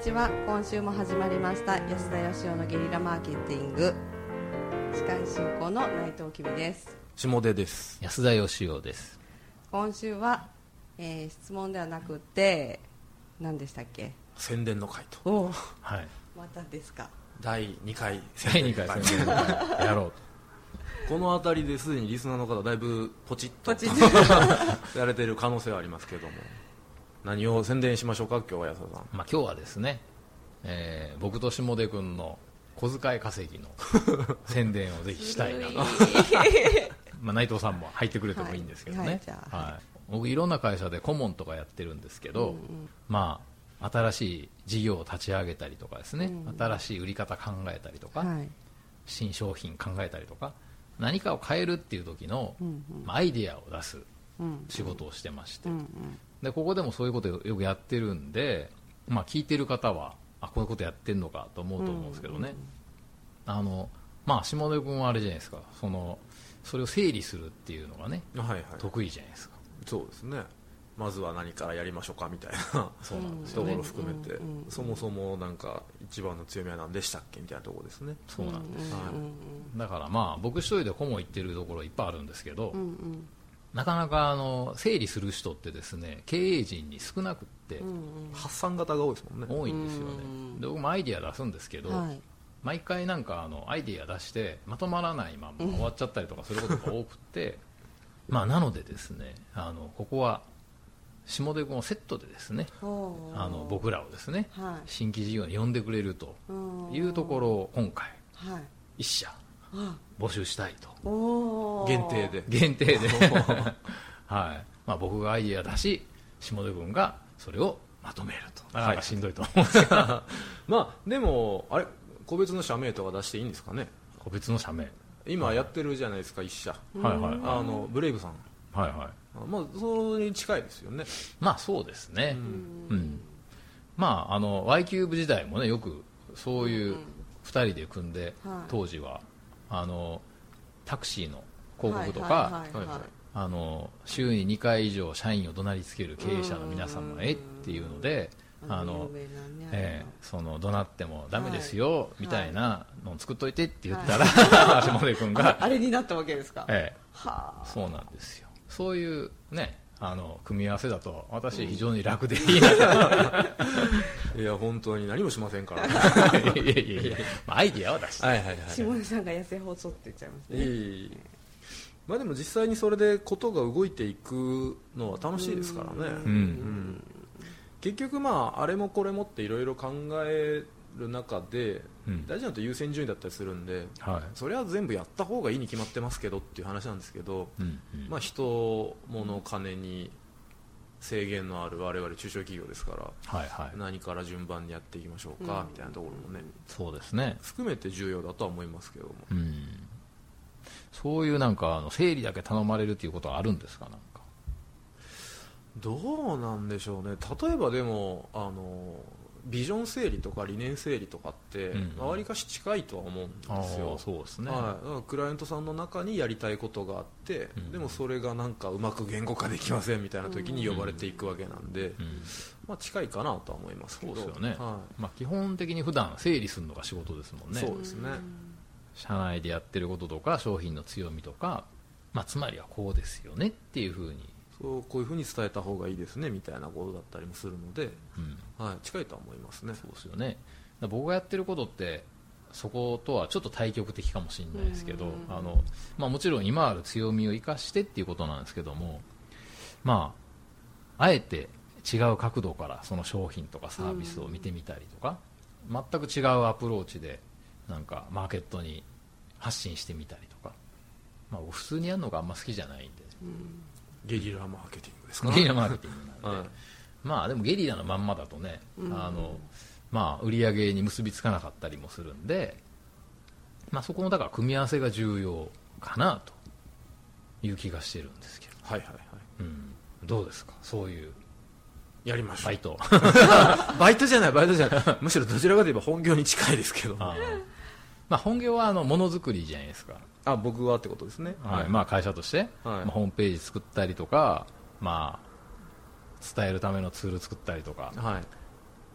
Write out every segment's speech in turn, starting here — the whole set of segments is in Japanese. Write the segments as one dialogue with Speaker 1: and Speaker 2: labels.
Speaker 1: ちは今週も始まりました安田義雄のゲリラマーケティング司会進行の内藤きびです
Speaker 2: 下出です
Speaker 3: 安田義雄です
Speaker 1: 今週は、えー質問ではなくて何でしたっけ
Speaker 2: 宣伝の会と
Speaker 1: おお
Speaker 3: はい
Speaker 1: またですか
Speaker 2: 第2回
Speaker 3: 第2回宣伝会やろう
Speaker 2: この辺りですでにリスナーの方だいぶポチッと
Speaker 1: ポチッ
Speaker 2: やれてる可能性はありますけども何を宣伝しましょうか今日は安田さん
Speaker 3: とまあ今日はですね、えー僕と下出君の小遣い稼ぎの宣伝をぜひしたいなと、まあ、内藤さんも入ってくれてもいいんですけどね、
Speaker 1: は
Speaker 3: はいい
Speaker 1: はいじゃあ
Speaker 3: 僕いろんな会社で顧問とかやってるんですけど、まあ新しい事業を立ち上げたりとかですね、新しい売り方考えたりとか、
Speaker 1: はい
Speaker 3: 新商品考えたりとか何かを変えるっていう時の、まあアイディアを出す
Speaker 1: うん
Speaker 3: 仕事をしてまして、
Speaker 1: うんうん
Speaker 3: でここでもそういうことをよくやってるんで、まあ、聞いてる方はあこういうことやってんのかと思うと思うんですけどね、あのまあ下出君はあれじゃないですかそのそれを整理するっていうのがね
Speaker 2: はいはい
Speaker 3: 得意じゃないですか
Speaker 2: そうですねまずは何からやりましょうかみたいな
Speaker 3: そうなんです
Speaker 2: と
Speaker 3: よ
Speaker 2: こ
Speaker 3: ね、
Speaker 2: ろ含めて、
Speaker 1: うんうんうん
Speaker 2: そもそもなんか一番の強みは何でしたっけみたいなところですね
Speaker 3: そうなんです、
Speaker 2: はい
Speaker 3: だからまあ僕一人で顧問行ってるところいっぱいあるんですけど、
Speaker 1: うんうん
Speaker 3: なかなかあの整理する人ってですね経営陣に少なくって
Speaker 1: うんうん
Speaker 2: 発散型が多いですもんね
Speaker 3: 多いんですよね、
Speaker 1: うん
Speaker 3: で僕もアイディア出すんですけど、
Speaker 1: はい
Speaker 3: 毎回なんかあのアイディア出してまとまらないまま終わっちゃったりとかすることが多くて まあなのでですねあのここは下出君をセットでですね
Speaker 1: おー
Speaker 3: あの僕らをですね
Speaker 1: は
Speaker 3: 新規事業に呼んでくれると
Speaker 1: いうん
Speaker 3: いうところを今回
Speaker 1: はい
Speaker 3: 一社募集したいと
Speaker 1: おー
Speaker 2: 限定で
Speaker 3: 限定 で、はいまあ、僕がアイディア出し下出君がそれをまとめるとなかなかしんどいと思うんですけど、
Speaker 2: まあでもあれ個別の社名とか出していいんですかね
Speaker 3: 個別の社名
Speaker 2: 今やってるじゃないですか一社
Speaker 3: はいはい
Speaker 2: あのブレイブさん
Speaker 3: はいはい
Speaker 2: あまあそれに近いですよね
Speaker 3: まあそうですね、うんまあ、あの Y キューブ時代もねよくそういう2人で組んで、
Speaker 1: はい
Speaker 3: 当時はあのタクシーの広告とか、
Speaker 1: はいはいはい
Speaker 2: は
Speaker 1: はいい
Speaker 3: あの週に2回以上社員を怒鳴りつける経営者の皆様へっていうので。あの
Speaker 1: 有名なね
Speaker 3: ええその怒鳴ってもダメですよ、
Speaker 1: い
Speaker 3: みたいなのを作っといてって言ったら、 下出君が、
Speaker 1: あれになったわけですか
Speaker 3: ええ、
Speaker 1: はあ
Speaker 3: そうなんですよそういうねあの組み合わせだと私非常に楽 でいいなと
Speaker 2: いや本当に何もしません からはい
Speaker 3: やいやいや、まあ、アイディアは出して、
Speaker 2: いはい
Speaker 1: 下根さんが痩せ細って言っちゃいます
Speaker 2: い
Speaker 1: ね
Speaker 2: いまあでも実際にそれでことが動いていくのは楽しいですからね
Speaker 3: うん
Speaker 2: 結局まああれもこれもっていろいろ考える中で
Speaker 3: うん
Speaker 2: 大事なのって優先順位だったりするんで
Speaker 3: は
Speaker 2: それは全部やった方がいいに決まってますけどっていう話なんですけど
Speaker 3: い、うんうん
Speaker 2: まあ人物金に制限のある我々中小企業ですから
Speaker 3: はいはい
Speaker 2: 何から順番にやっていきましょう
Speaker 1: う
Speaker 2: か
Speaker 1: ん
Speaker 2: みたいなところもね
Speaker 3: そうですね、
Speaker 2: 含めて重要だとは思いますけども
Speaker 3: うん、そういうなんかあの整理だけ頼まれるっていうことはあるんですかなんか
Speaker 2: どうなんでしょうね例えばでもあのビジョン整理とか理念整理とかって
Speaker 3: うんうん
Speaker 2: わりかし近いとは思うんですよ、
Speaker 3: ーそうですね、
Speaker 2: はい、だからクライアントさんの中にやりたいことがあって、
Speaker 3: うん
Speaker 2: でもそれがなんかうまく言語化できませんみたいな時に呼ばれていくわけなんで、
Speaker 3: うん
Speaker 2: まあ、近いかなとは思いますけど
Speaker 3: そうですよね
Speaker 2: は
Speaker 3: まあ、基本的に普段整理するのが仕事ですもん
Speaker 2: い
Speaker 3: ね
Speaker 2: そうですね、
Speaker 3: 社内でやってることとか商品の強みとか、まあ、つまりはこうですよねっていうふうに、
Speaker 2: そうこういうふうに伝えた方がいいですねみたいなことだったりもするので、
Speaker 3: うん、
Speaker 2: はい、近いとは思いますね
Speaker 3: そうですよねだから僕がやってることってそことはちょっと対極的かもしれないですけど、
Speaker 1: うん
Speaker 3: あのまあ、もちろん今ある強みを生かしてっていうことなんですけども、まあ、あえて違う角度からその商品とかサービスを見てみたりとか、全く違うアプローチでなんかマーケットに発信してみたりとか、まあ、普通にやるのがあんま好きじゃないんで
Speaker 2: ゲリラマーケティングですか
Speaker 3: ゲリラマーケティングなんで、
Speaker 2: はい
Speaker 3: まあでもゲリラのまんまだとね、あのまあ、売り上げに結びつかなかったりもするんで、まあ、そこのだから組み合わせが重要かなという気がしてるんですけど、
Speaker 2: はいはいは
Speaker 3: うん、どうですかそういう
Speaker 2: いやりましょ
Speaker 3: バ
Speaker 2: う
Speaker 3: イト
Speaker 2: バイトじゃないバイトじゃないむしろどちらかといえば本業に近いですけど
Speaker 3: あのまあ本業はあのものづくりじゃないですか、
Speaker 2: あ僕はってことですね
Speaker 3: はいまあ、会社として、まあ、ホームページ作ったりとか、まあ、伝えるためのツール作ったりとか、
Speaker 2: はい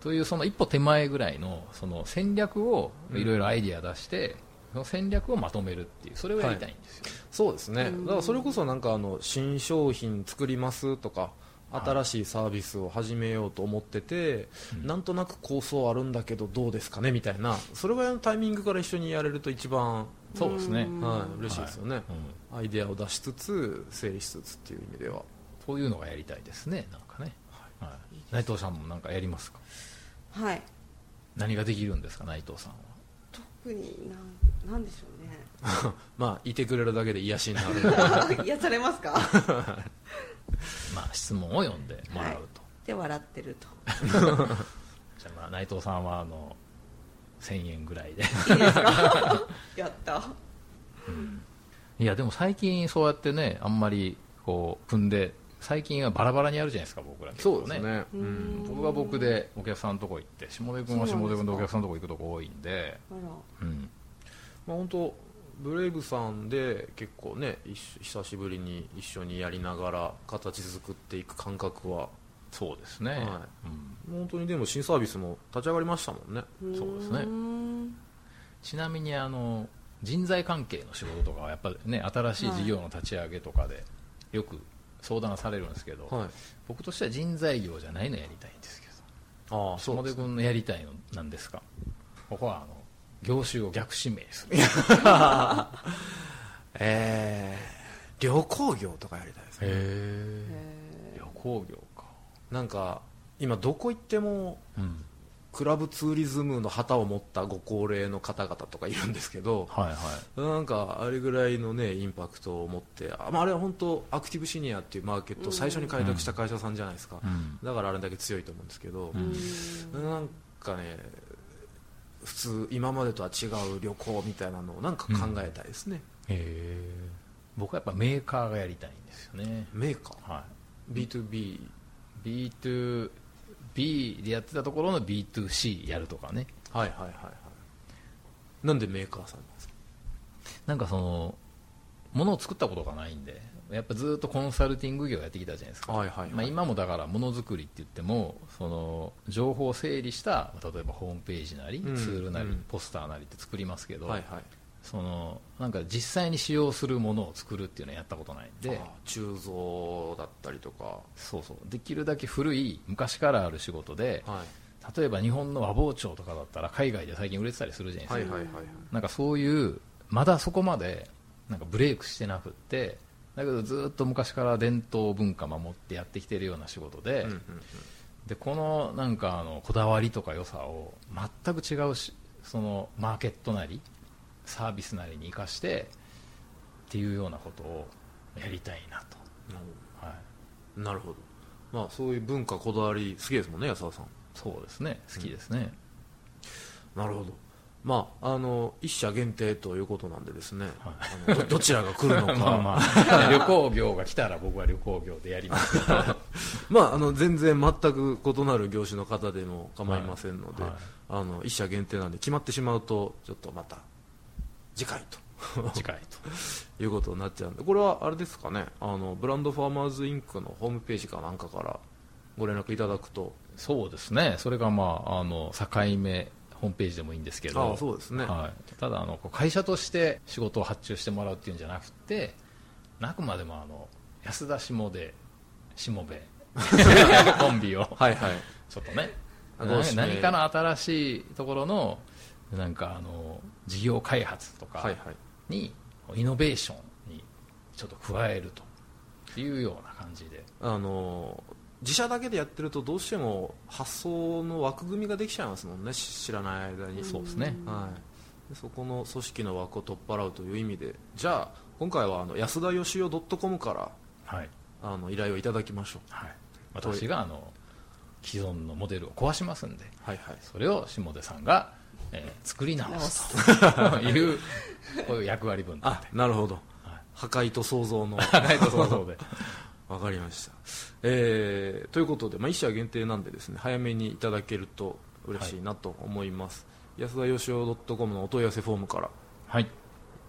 Speaker 3: というその一歩手前ぐらいのその戦略をいろいろアイディア出して、その戦略をまとめるっていうそれをやりたいんですよ、
Speaker 2: そうですね、
Speaker 1: うん
Speaker 2: だからそれこそなんかあの新商品作りますとか
Speaker 3: はい
Speaker 2: 新しいサービスを始めようと思ってて、
Speaker 3: うん
Speaker 2: なんとなく構想あるんだけどどうですかねみたいなそれぐらいのタイミングから一緒にやれると一番、
Speaker 3: そうですね
Speaker 1: うん
Speaker 2: はい、嬉しいですよね、
Speaker 3: うん
Speaker 2: アイデアを出しつつ整理しつつっていう意味では
Speaker 3: そういうのがやりたいですねなんかね、はい内藤さんもなんかやりますか
Speaker 1: はい
Speaker 3: 何ができるんですか内藤さんは
Speaker 1: 特になんなんでしょうね
Speaker 2: まあいてくれるだけで癒しになる
Speaker 1: 癒されますか
Speaker 3: まあ質問を読んでもらうと、
Speaker 1: で笑って ると
Speaker 3: じゃあまあ内藤さんはあの1000円ぐらいで
Speaker 1: いいですかやった
Speaker 3: いやでも最近そうやってねあんまりこう組んで最近はバラバラにやるじゃないですか僕ら結構
Speaker 2: そうですね、う
Speaker 1: うんん
Speaker 3: 僕は僕でお客さんのとこ行って下出君は下出君でお客さんのとこ行くとこ多いんで
Speaker 1: あら
Speaker 3: うん
Speaker 2: まあ、本当ブレイブさんで結構ね一緒久しぶりに一緒にやりながら形作っていく感覚は
Speaker 3: そうですね、
Speaker 2: は
Speaker 3: うん
Speaker 2: 本当にでも新サービスも立ち上がりましたもんね
Speaker 3: そうですね
Speaker 1: ん
Speaker 3: ちなみにあの人材関係の仕事とかはやっぱりね新しい事業の立ち上げとかでよく相談されるんですけど、
Speaker 2: はい
Speaker 3: 僕としては人材業じゃないのやりたいんですけど
Speaker 2: ああ
Speaker 3: 下出
Speaker 2: ね
Speaker 3: 君のやりたいのなんですかここはあの業種を逆指名する
Speaker 2: えー、旅行業とかやりたいですね
Speaker 1: へ
Speaker 3: え
Speaker 1: え
Speaker 3: 旅行業か
Speaker 2: なんか今どこ行っても
Speaker 3: うん
Speaker 2: クラブツーリズムの旗を持ったご高齢の方々とかいるんですけど
Speaker 3: はいはい
Speaker 2: なんかあれぐらいのねインパクトを持ってあ,、まあ、あれは本当アクティブシニアっていうマーケットを最初に開拓した会社さんじゃないですか、
Speaker 3: うん
Speaker 2: だからあれだけ強いと思うんですけど、
Speaker 3: うん
Speaker 2: なんかね普通今までとは違う旅行みたいなのをなんか考えたいですね、
Speaker 3: へえ僕はやっぱメーカーがやりたいんですよね
Speaker 2: メーカ
Speaker 3: は
Speaker 2: ー B2B
Speaker 3: い B2B でやってたところの B2C やるとかね
Speaker 2: はいはいはいはいなんでメーカーさんなんですか
Speaker 3: なんかその物を作ったことがないんでやっぱずっとコンサルティング業やってきたじゃないですか、
Speaker 2: はいはいはい
Speaker 3: まあ、今もだからものづくりって言ってもその情報を整理した例えばホームページなりツ
Speaker 2: うん
Speaker 3: ールなり、
Speaker 2: うん
Speaker 3: ポスターなりって作りますけど、
Speaker 2: はいはい
Speaker 3: そのなんか実際に使用するものを作るっていうのはやったことないんで
Speaker 2: あー鋳造だったりとか
Speaker 3: そうそうできるだけ古い昔からある仕事で
Speaker 2: は
Speaker 3: 例えば日本の和包丁とかだったら海外で最近売れてたりするじゃない
Speaker 2: い
Speaker 3: ですか、
Speaker 2: はいはいはいはい
Speaker 3: なんかそういうまだそこまでなんかブレイクしてなくってだけどずっと昔から伝統文化守ってやってきてるような仕事で,、
Speaker 2: うんうんうん
Speaker 3: でこのなんかあのこだわりとか良さを全く違うしそのマーケットなりサービスなりに生かしてっていうようなことをやりたいなと、はい、
Speaker 2: うんなるほどまあそういう文化こだわり好きですもんね安田さん
Speaker 3: そうですね好きですね、
Speaker 2: なるほどまああの一社限定ということなんでですね、
Speaker 3: は
Speaker 2: あのどどちらが来るのか
Speaker 3: まあま あ旅行業が来たら僕は旅行業でやりますけど
Speaker 2: まあ、あの全然全く異なる業種の方でも構いませんので、
Speaker 3: はいはい
Speaker 2: あの一社限定なんで決まってしまうとちょっとまた次回
Speaker 3: 次回と
Speaker 2: と いうことになっちゃうんでこれはあれですかねあのブランドファーマーズインクのホームページかなんかからご連絡いただくと
Speaker 3: そうですね、それが、まあ、あの境目ホームページでもいいんですけど、
Speaker 2: あそうですね
Speaker 3: はい、ただあの、こう会社として仕事を発注してもらうっていうんじゃなくて、あくまでもあの安田下で、下べ コンビを、
Speaker 2: はいはい
Speaker 3: ちょっとね、
Speaker 2: あ
Speaker 3: な
Speaker 2: どうし
Speaker 3: 何かの新しいところの、なんかあの事業開発と
Speaker 2: はいは
Speaker 3: か
Speaker 2: い
Speaker 3: に、イノベーションにちょっと加えるというような感じで。
Speaker 2: あの自社だけでやってるとどうしても発想の枠組みができちゃいますもんねし知らない間に
Speaker 3: そうですね
Speaker 2: はい、でそこの組織の枠を取っ払うという意味でじゃあ今回はあの安田よしお .com から
Speaker 3: はい
Speaker 2: あの依頼をいただきましょう
Speaker 3: はい、私があの既存のモデルを壊しますんで
Speaker 2: はいはい
Speaker 3: それを下出さんが、えー作り直すと いうこういう役割分担
Speaker 2: あなるほど、
Speaker 3: はい
Speaker 2: 破壊と創 造の
Speaker 3: はいそうそうで
Speaker 2: わかりました、えーということで、まあ、1社限定なんでですね早めにいただけると嬉しいなと思います、安田よしお .com のお問い合わせフォームから、
Speaker 3: はい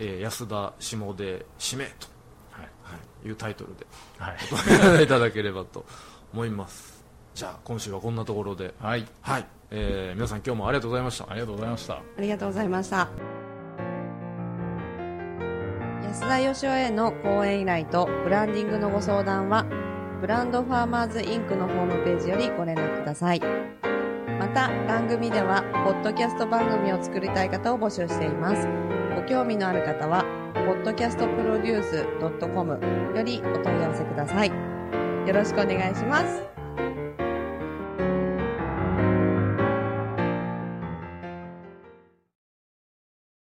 Speaker 2: えー安田下で指名と、
Speaker 3: はい
Speaker 2: はい、いうタイトルで
Speaker 3: はい
Speaker 2: いただければと思いますじゃあ今週はこんなところで
Speaker 3: はい
Speaker 2: はい、えー皆さん今日もありがとうございました
Speaker 3: ありがとうございました
Speaker 1: ありがとうございました安田義雄への講演依頼とブランディングのご相談はブランドファーマーズインクのホームページよりご連絡くださいまた番組ではポッドキャスト番組を作りたい方を募集していますご興味のある方は podcastproduce.com よりお問い合わせくださいよろしくお願いします